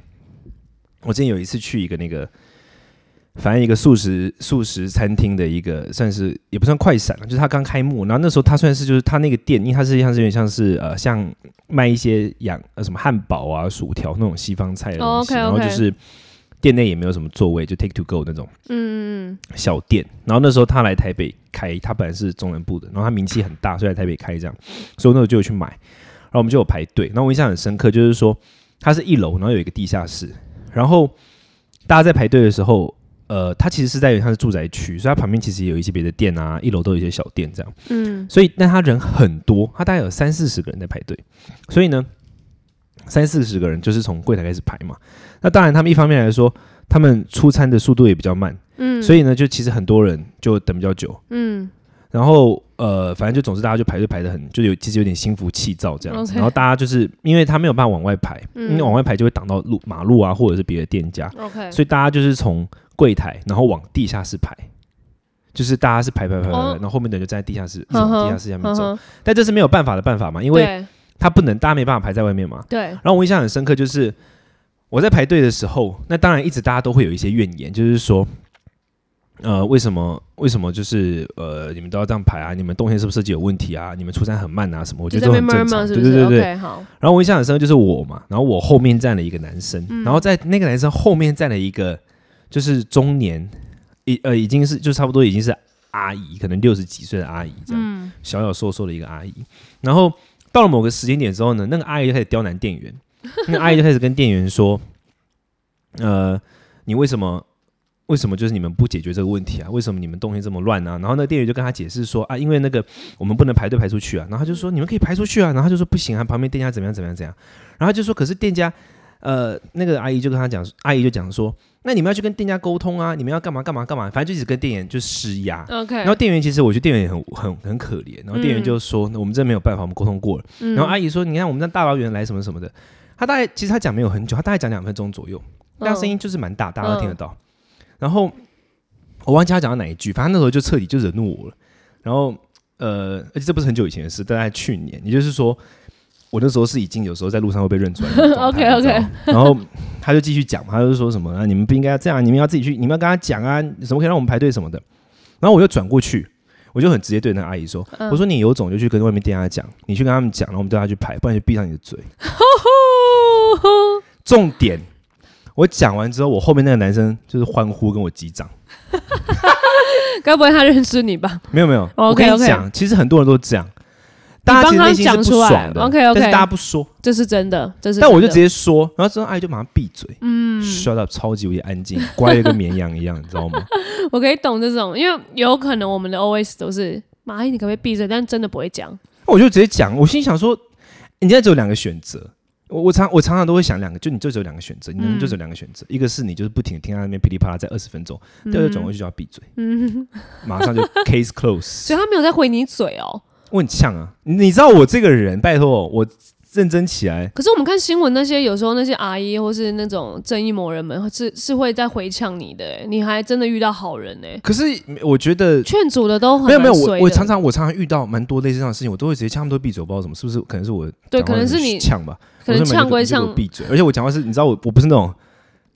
Speaker 1: 我之前有一次去一个那个，反正一个素食素食餐厅的一个，算是也不算快闪啊了，就是他刚开幕，然后那时候他算是就是他那个店，因为他实际上是有点像是呃像卖一些洋呃什么汉堡啊、薯条那种西方菜的东西
Speaker 2: 哦，OK，OK
Speaker 1: 然后就是店内也没有什么座位，就 take to go 那种
Speaker 2: 嗯嗯
Speaker 1: 小店。然后那时候他来台北开，他本来是中南部的，然后他名气很大，所以来台北开这样，所以我那时候就有去买，然后我们就有排队。然后我印象很深刻，就是说它是一楼，然后有一个地下室，然后大家在排队的时候，呃，它其实是在有点像是住宅区，所以它旁边其实也有一些别的店啊，一楼都有一些小店这样。
Speaker 2: 嗯
Speaker 1: 所以但他人很多，他大概有三四十个人在排队，所以呢，三四十个人就是从柜台开始排嘛。那当然，他们一方面来说，他们出餐的速度也比较慢，
Speaker 2: 嗯，
Speaker 1: 所
Speaker 2: 以
Speaker 1: 以呢，就其实很多人就等比较久，
Speaker 2: 嗯
Speaker 1: 然后呃，反正就总之大家就排队排的很，就有其实有点心浮气躁这样子。
Speaker 2: OK
Speaker 1: 然后大家就是因为他没有办法往外排，
Speaker 2: 嗯
Speaker 1: 因为往外排就会挡到路马路啊，或者是别的店家，
Speaker 2: ，OK，
Speaker 1: 所以大家就是从柜台然后往地下室排，就是大家是排排排排，排
Speaker 2: 哦
Speaker 1: 然后后面的人就站在地下室，一直往
Speaker 2: 哼哼
Speaker 1: 地下室下面走。
Speaker 2: 嗯哼哼
Speaker 1: 但这是没有办法的办法嘛，因为
Speaker 2: 对
Speaker 1: 他不能，大家没办法排在外面嘛。
Speaker 2: 对，
Speaker 1: 然后我印象很深刻，就是我在排队的时候，那当然一直大家都会有一些怨言，就是说，呃，为什么为什么就是呃，你们都要这样排啊？你们动线是不是设计有问题啊？你们出餐很慢啊？什么？我觉
Speaker 2: 就
Speaker 1: 得
Speaker 2: 在
Speaker 1: 都
Speaker 2: 那边
Speaker 1: 很正
Speaker 2: murmur
Speaker 1: 常。
Speaker 2: 是
Speaker 1: 对
Speaker 2: 不
Speaker 1: 对
Speaker 2: 是
Speaker 1: 对对。
Speaker 2: o k 好，
Speaker 1: 然后我印象很深刻就是我嘛，然后我后面站了一个男生，
Speaker 2: 嗯
Speaker 1: 然后在那个男生后面站了一个就是中年，已呃已经是就差不多已经是阿姨，可能六十几岁的阿姨这样。
Speaker 2: 嗯
Speaker 1: 小小瘦瘦的一个阿姨。然后到了某个时间点之后呢，那个阿姨就开始刁难店员，那个阿姨就开始跟店员说：“呃，你为什么？”为什么就是你们不解决这个问题啊？为什么你们动线这么乱啊？然后那个店员就跟他解释说啊，因为那个我们不能排队排出去啊。然后他就说你们可以排出去啊。然后他就说不行啊，旁边店家怎么样怎么样怎样。然后他就说可是店家，呃，那个阿姨就跟他讲，阿姨就讲说那你们要去跟店家沟通啊，你们要干嘛干嘛干嘛，反正就一直跟店员就施压。
Speaker 2: ，OK，
Speaker 1: 然后店员其实我觉得店员也很很很可怜，然后店员就说、那我们真的没有办法，我们沟通过了。
Speaker 2: 嗯
Speaker 1: 然后阿啊姨说你看我们这大老远来什么什么的，他大概其实他讲没有很久，他大概讲两分钟左右，但他声音就是蛮大，大家都听得到。然后我忘记他讲到哪一句，反正那时候就彻底就惹怒我了。然后呃，而且这不是很久以前的事，大概去年，也就是说我那时候是已经有时候在路上会被认出来的状态。 你
Speaker 2: OK，OK
Speaker 1: 知道吗然后他就继续讲嘛，他就说什么啊，你们不应该这样，你们要自己去，你们要跟他讲啊，什么可以让我们排队什么的。然后我就转过去，我就很直接对那个阿姨说：“
Speaker 2: 嗯
Speaker 1: 我说你有种就去跟外面店家讲，你去跟他们讲，然后我们叫他去排，不然就闭上你的嘴。
Speaker 2: 哦”
Speaker 1: 重点，我讲完之后，我后面那个男生就是欢呼跟我击掌。
Speaker 2: 该不会他认识你吧？
Speaker 1: 没有没有我跟
Speaker 2: OK，OK
Speaker 1: 你讲，其实很多人都这样，
Speaker 2: 你
Speaker 1: 大家
Speaker 2: 帮
Speaker 1: 其实
Speaker 2: 他
Speaker 1: 内心是
Speaker 2: 讲
Speaker 1: 不
Speaker 2: 出来
Speaker 1: 爽的
Speaker 2: OK，OK
Speaker 1: 但是大家不说，
Speaker 2: 这是真的，这是真的。
Speaker 1: 但我就直接说，然后之后阿姨就马上闭嘴。
Speaker 2: 嗯，
Speaker 1: shut up，超级无敌安静，乖的跟绵羊一样，你知道吗？
Speaker 2: 我可以懂这种，因为有可能我们的 always 都是蚂蚁，你可不可以闭嘴？但真的不会讲。
Speaker 1: 我就直接讲，我心想说，你现在只有两个选择。我我常我常常都会想两个，就你就只有两个选择，你能
Speaker 2: 嗯
Speaker 1: 就只有两个选择，一个是你就是不停的听他那边噼里啪啦在二十分钟，第二个转过去就要闭嘴，
Speaker 2: 嗯，
Speaker 1: 马上就 case close。
Speaker 2: 所以他没有在回你嘴哦。
Speaker 1: 我很呛啊，你知道我这个人，拜托我认真起来，
Speaker 2: 可是我们看新闻那些，有时候那些阿姨或是那种正义魔人们，是是会在回呛你的欸。你还真的遇到好人呢，
Speaker 1: 可是我觉得
Speaker 2: 劝阻的都很
Speaker 1: 没有没有，
Speaker 2: 蛮
Speaker 1: 我
Speaker 2: 衰
Speaker 1: 我
Speaker 2: 的
Speaker 1: 常常我常常遇到蛮多类似这样的事情，我都会直接呛他们都闭嘴，我不知道为什么，是不是？可能是我
Speaker 2: 对，
Speaker 1: 讲话
Speaker 2: 可能是
Speaker 1: 很
Speaker 2: 你
Speaker 1: 呛吧，
Speaker 2: 可能
Speaker 1: 我说
Speaker 2: 呛归
Speaker 1: 你就给
Speaker 2: 呛
Speaker 1: 我，闭嘴。而且我讲话是，你知道我我不是那种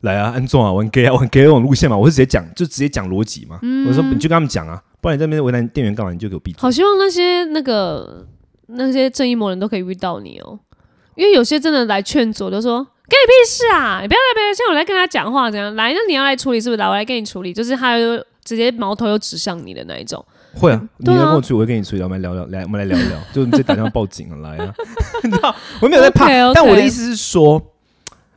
Speaker 1: 来啊安装啊玩 gay 啊玩 gay 那种路线嘛，我是直接讲就直接讲逻辑嘛。我说你就跟他们讲啊，不然你在那边为难店员干嘛？你就给我闭嘴。
Speaker 2: 嗯好希望那些那个那些正义魔人都可以遇到你哦，因为有些真的来劝阻，就说跟你屁事啊，你不要来，不要来像我来跟他讲话怎样？来，那你要来处理是不是？来，我来跟你处理，就是他又直接矛头又指向你的那一种。
Speaker 1: 会啊，你
Speaker 2: 对啊
Speaker 1: 要跟我出去，我会跟你出去，我们来聊聊，来我们来聊聊，就你直接打电话报警了，来啊， 你知道我没有在怕
Speaker 2: OK，OK
Speaker 1: 但我的意思是说，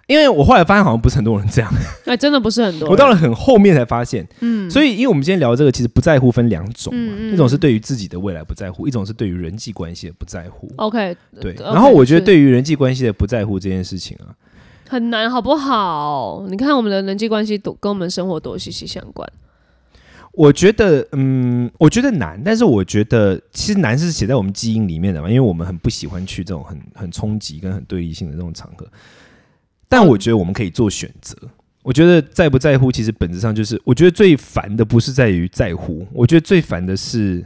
Speaker 1: 因为我后来发现好像不是很多人这样，
Speaker 2: 哎、真的不是很多人。
Speaker 1: 我到了很后面才发现，
Speaker 2: 嗯，
Speaker 1: 所以，因为我们今天聊这个，其实不在乎分两种嘛，
Speaker 2: 嗯嗯
Speaker 1: 一种是对于自己的未来不在乎，一种是对于人际关系的不在乎。
Speaker 2: OK
Speaker 1: 对，
Speaker 2: OK，
Speaker 1: 然后我觉得
Speaker 2: 哦是
Speaker 1: 对于人际关系的不在乎这件事情啊，
Speaker 2: 很难，好不好？你看我们的人际关系多跟我们生活多息息相关。
Speaker 1: 我觉得，嗯，我觉得难，但是我觉得其实难是写在我们基因里面的嘛，因为我们很不喜欢去这种很很冲击跟很对立性的这种场合。但我觉得我们可以做选择。我觉得在不在乎，其实本质上就是，我觉得最烦的不是在于在乎，我觉得最烦的是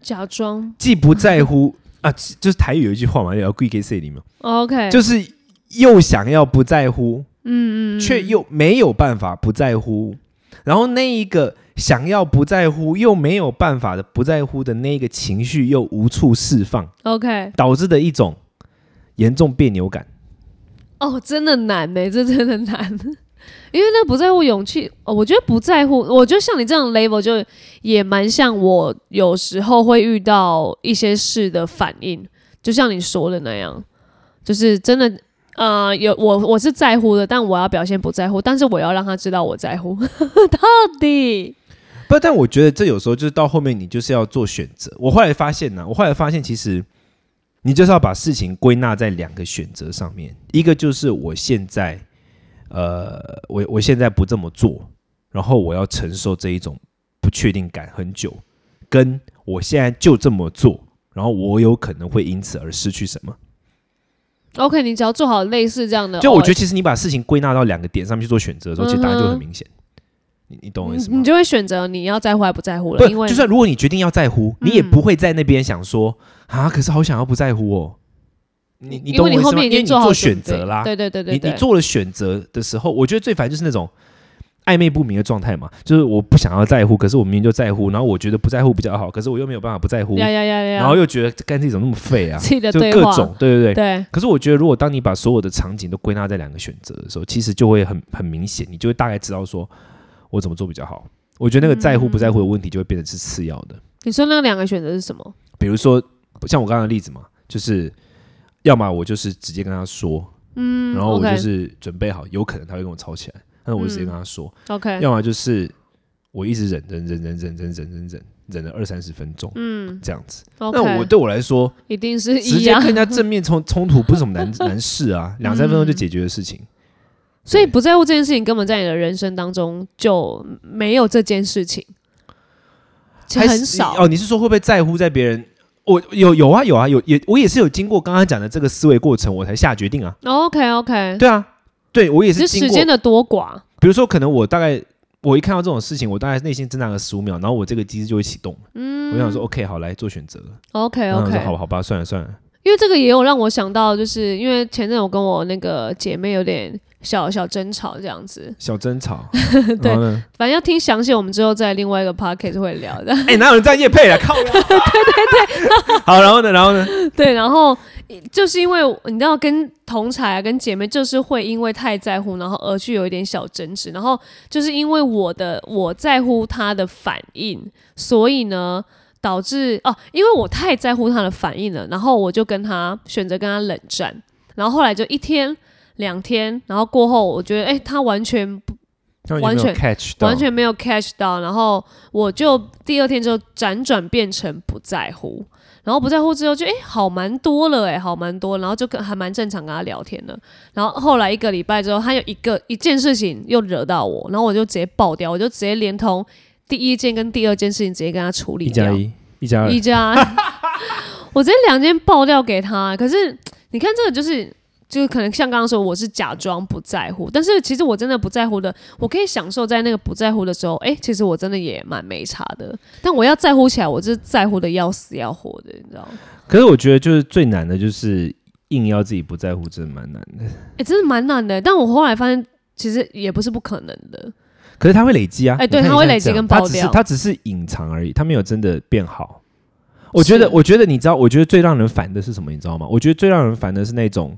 Speaker 2: 假装
Speaker 1: 既不在乎 啊，就是台语有一句话嘛，叫“贵给谁里嘛”，
Speaker 2: OK，
Speaker 1: 就是又想要不在乎，嗯嗯，却又没有办法不在乎。然后那一个想要不在乎又没有办法的不在乎的那个情绪又无处释放，
Speaker 2: OK，
Speaker 1: 导致的一种严重别扭感。
Speaker 2: 哦，真的难呢、 这真的难，因为那不在乎勇气、哦，我觉得不在乎，我觉得像你这样 level 就也蛮像我有时候会遇到一些事的反应，就像你说的那样，就是真的。呃，有我我是在乎的，但我要表现不在乎，但是我要让他知道我在乎 到底。
Speaker 1: 不，但我觉得这有时候就是到后面你就是要做选择。我后来发现呢、我后来发现其实你就是要把事情归纳在两个选择上面，一个就是我现在，呃，我我现在不这么做，然后我要承受这一种不确定感很久，跟我现在就这么做，然后我有可能会因此而失去什么。
Speaker 2: OK，你只要做好类似这样的，哦
Speaker 1: 就我觉得，
Speaker 2: 得
Speaker 1: 其实你把事情归纳到两个点上面去做选择的时候，其实答案就会很明显。你你懂我意思吗？
Speaker 2: 你就会选择你要在乎还不在乎了，因
Speaker 1: 不，
Speaker 2: 为嗯
Speaker 1: 就算如果你决定要在乎，你也不会在那边想说、啊，可是好想要不在乎哦。你你
Speaker 2: 因
Speaker 1: 懂
Speaker 2: 为
Speaker 1: 我意
Speaker 2: 你
Speaker 1: 思吗？
Speaker 2: 后面
Speaker 1: 因
Speaker 2: 已
Speaker 1: 为
Speaker 2: 经
Speaker 1: 你
Speaker 2: 做好
Speaker 1: 做
Speaker 2: 准
Speaker 1: 选择
Speaker 2: 备
Speaker 1: 啦，
Speaker 2: 对对对对
Speaker 1: 你
Speaker 2: 对，
Speaker 1: 你做了选择的时候，我觉得最烦就是那种暧昧不明的状态嘛，就是我不想要在乎，可是我明明就在乎，然后我觉得不在乎比较好，可是我又没有办法不在乎，
Speaker 2: 呀呀呀呀，
Speaker 1: 然后又觉得干自己怎么那么废啊，
Speaker 2: 自己的
Speaker 1: 就
Speaker 2: 对
Speaker 1: 各
Speaker 2: 话，
Speaker 1: 种对对对。
Speaker 2: 对，
Speaker 1: 可是我觉得，如果当你把所有的场景都归纳在两个选择的时候，其实就会很很明显，你就会大概知道说我怎么做比较好。我觉得那个在乎不在乎的问题就会变得是次要的。
Speaker 2: 你说那两个选择是什么？
Speaker 1: 比如说像我刚刚的例子嘛，就是要么我就是直接跟他说，
Speaker 2: 嗯，
Speaker 1: 然后我
Speaker 2: OK
Speaker 1: 就是准备好，有可能他会跟我吵起来，但是我就直接跟他说；
Speaker 2: 嗯 OK，
Speaker 1: 要么就是我一直忍忍忍忍忍忍忍忍忍忍了二三十分钟，
Speaker 2: 嗯
Speaker 1: 这样子。
Speaker 2: ，OK，
Speaker 1: 那我对我来说，
Speaker 2: 一定是
Speaker 1: 直
Speaker 2: 一
Speaker 1: 接
Speaker 2: 样
Speaker 1: 跟，人家正面冲冲突不是什么 难难事啊，两三分钟就解决的事情。
Speaker 2: 所以不在乎这件事情，根本在你的人生当中就没有这件事情，其实
Speaker 1: 还
Speaker 2: 很
Speaker 1: 是
Speaker 2: 少。
Speaker 1: 哦。你是说会不会在乎在别人？我有有啊有啊有也我也是有经过刚刚讲的这个思维过程，我才下决定啊。
Speaker 2: OK OK，
Speaker 1: 对啊，对我也
Speaker 2: 只
Speaker 1: 是
Speaker 2: 是
Speaker 1: 经
Speaker 2: 时
Speaker 1: 过
Speaker 2: 间的多寡。
Speaker 1: 比如说，可能我大概我一看到这种事情，我大概内心挣扎个十五秒，然后我这个机制就会启动。嗯，我想说，OK，好，来做选择。
Speaker 2: OK
Speaker 1: 然后我
Speaker 2: OK，
Speaker 1: 嗯说，好吧，好吧，算了算了。
Speaker 2: 因为这个也有让我想到，就是因为前阵我跟我那个姐妹有点小小争吵这样子，
Speaker 1: 小争吵，
Speaker 2: 对
Speaker 1: 然后呢，
Speaker 2: 反正要听详细，我们之后在另外一个 p o c a s t 会聊的。
Speaker 1: 哎，哪有人在夜配啊？ 靠！对对对。 好，然后呢，然后呢？
Speaker 2: 对，然后就是因为你知道，跟同才啊、跟姐妹，就是会因为太在乎，然后而去有一点小争执，然后就是因为我的我在乎她的反应，所以呢，导致哦、因为我太在乎她的反应了，然后我就跟她选择跟她冷战，然后后来就一天两天，然后过后，我觉得哎，她完全不
Speaker 1: 他们有没
Speaker 2: 完
Speaker 1: 有
Speaker 2: 全
Speaker 1: catch 到，
Speaker 2: 完全没有 catch 到，然后我就第二天就辗转变成不在乎，然后不在乎之后就诶好蛮多了诶，好蛮多，然后就跟还蛮正常跟他聊天的，然后后来一个礼拜之后，他有一个一件事情又惹到我，然后我就直接爆掉，我就直接连同第一件跟第二件事情直接跟他处理
Speaker 1: 一
Speaker 2: 掉
Speaker 1: 加，一，一加二
Speaker 2: 一。加， 我直接两件爆料给他。可是你看这个就是。就是可能像刚刚说，我是假装不在乎，但是其实我真的不在乎的，我可以享受在那个不在乎的时候，哎、其实我真的也蛮没差的。但我要在乎起来，我就是在乎的要死要活的，你知道吗？
Speaker 1: 可是我觉得就是最难的就是硬要自己不在乎，真的蛮难的。
Speaker 2: 哎、真的蛮难的。但我后来发现，其实也不是不可能的。
Speaker 1: 可是它会累积啊！
Speaker 2: 哎对
Speaker 1: 你看
Speaker 2: 它会
Speaker 1: 你看
Speaker 2: 累积
Speaker 1: 这样
Speaker 2: 跟爆
Speaker 1: 它只是
Speaker 2: 掉
Speaker 1: 它只是隐藏而已，它没有真的变好。我觉得，
Speaker 2: 是
Speaker 1: 我觉得你知道，我觉得最让人烦的是什么？你知道吗？我觉得最让人烦的是那种，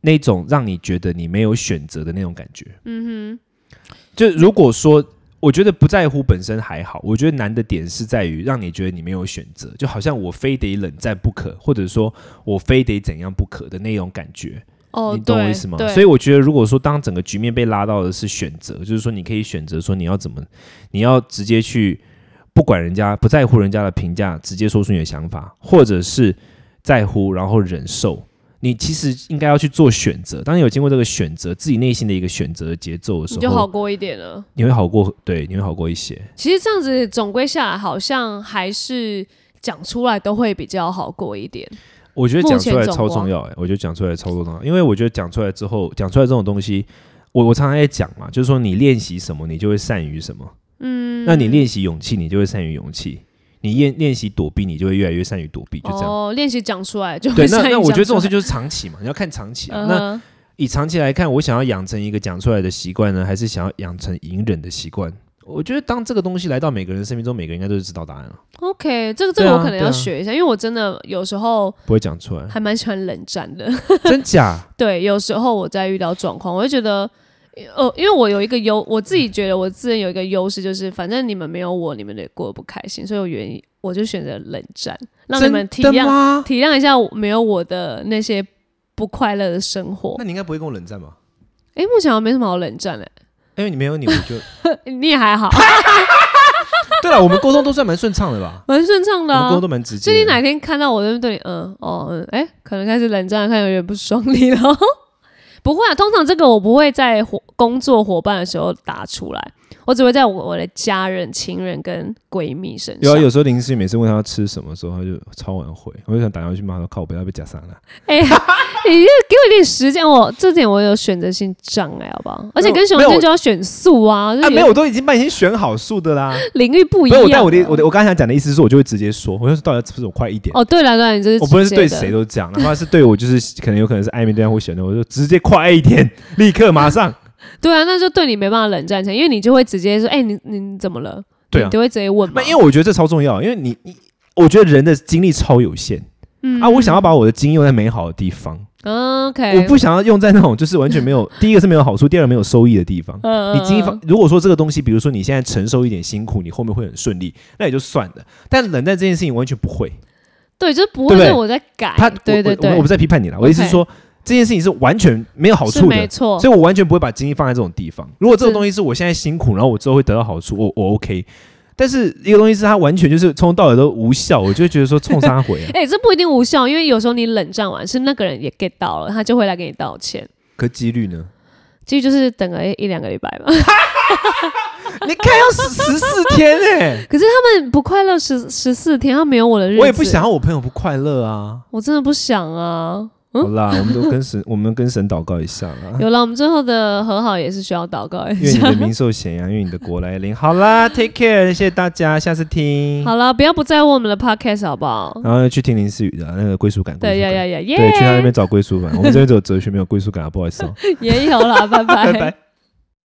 Speaker 1: 那种让你觉得你没有选择的那种感觉。嗯哼，就如果说，我觉得不在乎本身还好，我觉得难的点是在于让你觉得你没有选择，就好像我非得冷战不可，或者说我非得怎样不可的那种感觉。
Speaker 2: 哦，
Speaker 1: 你懂我
Speaker 2: 对
Speaker 1: 意思吗？
Speaker 2: 对
Speaker 1: 所以我觉得，如果说当整个局面被拉到的是选择，就是说你可以选择说你要怎么，你要直接去不管人家不在乎人家的评价，直接说出你的想法，或者是在乎然后忍受，你其实应该要去做选择。当你有经过这个选择，自己内心的一个选择的节奏的时
Speaker 2: 你
Speaker 1: 候，
Speaker 2: 就好过一点了。
Speaker 1: 你会好过，对，你会好过一些。
Speaker 2: 其实这样子总归下来，好像还是讲出来都会比较好过一点。
Speaker 1: 我觉得讲出
Speaker 2: 目
Speaker 1: 来
Speaker 2: 前总
Speaker 1: 超重要哎、我觉得讲出来超重要，因为我觉得讲出来之后，讲出来这种东西，我我常常在讲嘛，就是说你练习什么，你就会善于什么。嗯，那你练习勇气，你就会善于勇气；你练练习躲避，你就会越来越善于躲避，就这样。
Speaker 2: 哦，练习讲出来就
Speaker 1: 对
Speaker 2: 会，
Speaker 1: 那
Speaker 2: 善于
Speaker 1: 那我觉得这种事
Speaker 2: 讲
Speaker 1: 就是长期嘛，你要看长期、
Speaker 2: 出
Speaker 1: 啊。
Speaker 2: 来，
Speaker 1: 那
Speaker 2: 嗯哼
Speaker 1: 以长期来看，我想要养成一个讲出来的习惯呢，还是想要养成隐忍的习惯？我觉得当这个东西来到每个人生命中，每个人应该都是知道答案了，
Speaker 2: OK，这个这
Speaker 1: 对
Speaker 2: 个
Speaker 1: 啊
Speaker 2: 我可能
Speaker 1: 对
Speaker 2: 要
Speaker 1: 啊嗯
Speaker 2: 学一下，因为我真的有时候
Speaker 1: 不会讲出 来，
Speaker 2: 还蛮喜欢冷战的。
Speaker 1: 真假？
Speaker 2: 对，有时候我在遇到状况，我就觉得，呃，因为我有一个优，我自己觉得我自己有一个优势，就是反正你们没有我，你们也过得不开心，所以我愿意，我就选择冷战，让你们体
Speaker 1: 真的
Speaker 2: 谅
Speaker 1: 吗？
Speaker 2: 体谅一下我没有我的那些不快乐的生活
Speaker 1: 那。你应该不会跟我冷战吧？
Speaker 2: 诶，目前好像没什么好冷战的、
Speaker 1: 因为你没有你，我就
Speaker 2: 你也还好，
Speaker 1: 对了，我们沟通都算蛮顺畅的 吧？
Speaker 2: 蛮顺畅的、
Speaker 1: 我们沟
Speaker 2: 啊
Speaker 1: 通。都蛮直接
Speaker 2: 最
Speaker 1: 的。
Speaker 2: 近哪天看到我就对你，嗯，哦，嗯，哎、可能开始冷战，看有点不爽你了。不会啊，通常这个我不会在伙工作伙伴的时候打出来，我只会在我我的家人、情人跟闺蜜身
Speaker 1: 有
Speaker 2: 上。
Speaker 1: 啊，有时候林思雨每次问他要吃什么的时候，他就超晚回，我就想打电话去骂他，靠，我不要被夹散了。
Speaker 2: 哎、 呀，你这给我一点时间，我这点我有选择性障碍，好不好？而且跟熊
Speaker 1: 没有
Speaker 2: 先就要选素啊，就
Speaker 1: 啊，
Speaker 2: 是
Speaker 1: 没有，我都已经帮你选好数的啦。
Speaker 2: 领域不一
Speaker 1: 不
Speaker 2: 样
Speaker 1: 是
Speaker 2: 啊。
Speaker 1: 我，但我的我的我刚才想讲的意思是我就会直接说，我就说到底是不是我快一点？
Speaker 2: 哦，对了对了，你这是
Speaker 1: 我不论
Speaker 2: 直
Speaker 1: 是
Speaker 2: 接
Speaker 1: 对
Speaker 2: 的
Speaker 1: 谁都这样，哪怕是对我，就是可能有可能是暧昧对象或喜欢的，我就直接快一 点，立刻马上。
Speaker 2: 对啊，那就对你没办法冷战起来，因为你就会直接说，哎、你你怎么了？
Speaker 1: 对啊
Speaker 2: 你都会直接问嘛
Speaker 1: 那。因为我觉得这超重要，因为你你，我觉得人的精力超有限
Speaker 2: 嗯
Speaker 1: 啊，我想要把我的精力用在美好的地方，
Speaker 2: 嗯 OK，
Speaker 1: 我不想要用在那种就是完全没 有，第一个是没有好处，第二个没有收益的地方。
Speaker 2: 嗯，
Speaker 1: 你经
Speaker 2: 嗯
Speaker 1: 营方，如果说这个东西，比如说你现在承受一点辛苦，你后面会很顺利，那也就算了。但冷淡这件事情完全不会，
Speaker 2: 对，就是不
Speaker 1: 对
Speaker 2: 会
Speaker 1: 不对
Speaker 2: 是我在改，
Speaker 1: 他
Speaker 2: 哎对对
Speaker 1: 我我我
Speaker 2: 对
Speaker 1: 不，是在批判你了，我的意思是
Speaker 2: OK
Speaker 1: 说这件事情是完全没有好
Speaker 2: 是
Speaker 1: 处
Speaker 2: 没
Speaker 1: 的，
Speaker 2: 错，
Speaker 1: 所以我完全不会把精力放在这种地方。如果这个
Speaker 2: 是
Speaker 1: 东西是我现在辛苦，然后我之后会得到好处，我我 OK。但是一个东西是它完全就是从头到尾都无效，我就会觉得说冲杀回、
Speaker 2: ，
Speaker 1: 啊
Speaker 2: 哎、这不一定无效，因为有时候你冷战完，是那个人也 get 到了，他就会来给你道歉。
Speaker 1: 可几率呢？
Speaker 2: 其实就是等个一一两个礼拜吧。
Speaker 1: 你看要十十四天哎、
Speaker 2: 可是他们不快乐十十四天，他没 有我的日子，
Speaker 1: 我也不想，要我朋友不快乐啊。
Speaker 2: 我真的不想啊。
Speaker 1: 好啦，我们都跟 神，我们跟神祷告一下啦。
Speaker 2: 有了，我们最后的和好也是需要祷告一
Speaker 1: 因为你
Speaker 2: 下。
Speaker 1: 的名受显扬，因为你的国来临。好啦，Take care，谢谢大家，下次听，
Speaker 2: 好了，不要不在乎我们的 podcast 好不好？
Speaker 1: 然后去听林思雨的那个归属感。
Speaker 2: 对
Speaker 1: 归属
Speaker 2: 呀
Speaker 1: 感
Speaker 2: 呀呀，耶！
Speaker 1: 对，去他那边找归属感。我们这边只有哲学，没有归属感啊，不好意思哦。
Speaker 2: 也有啦，拜
Speaker 1: 拜拜。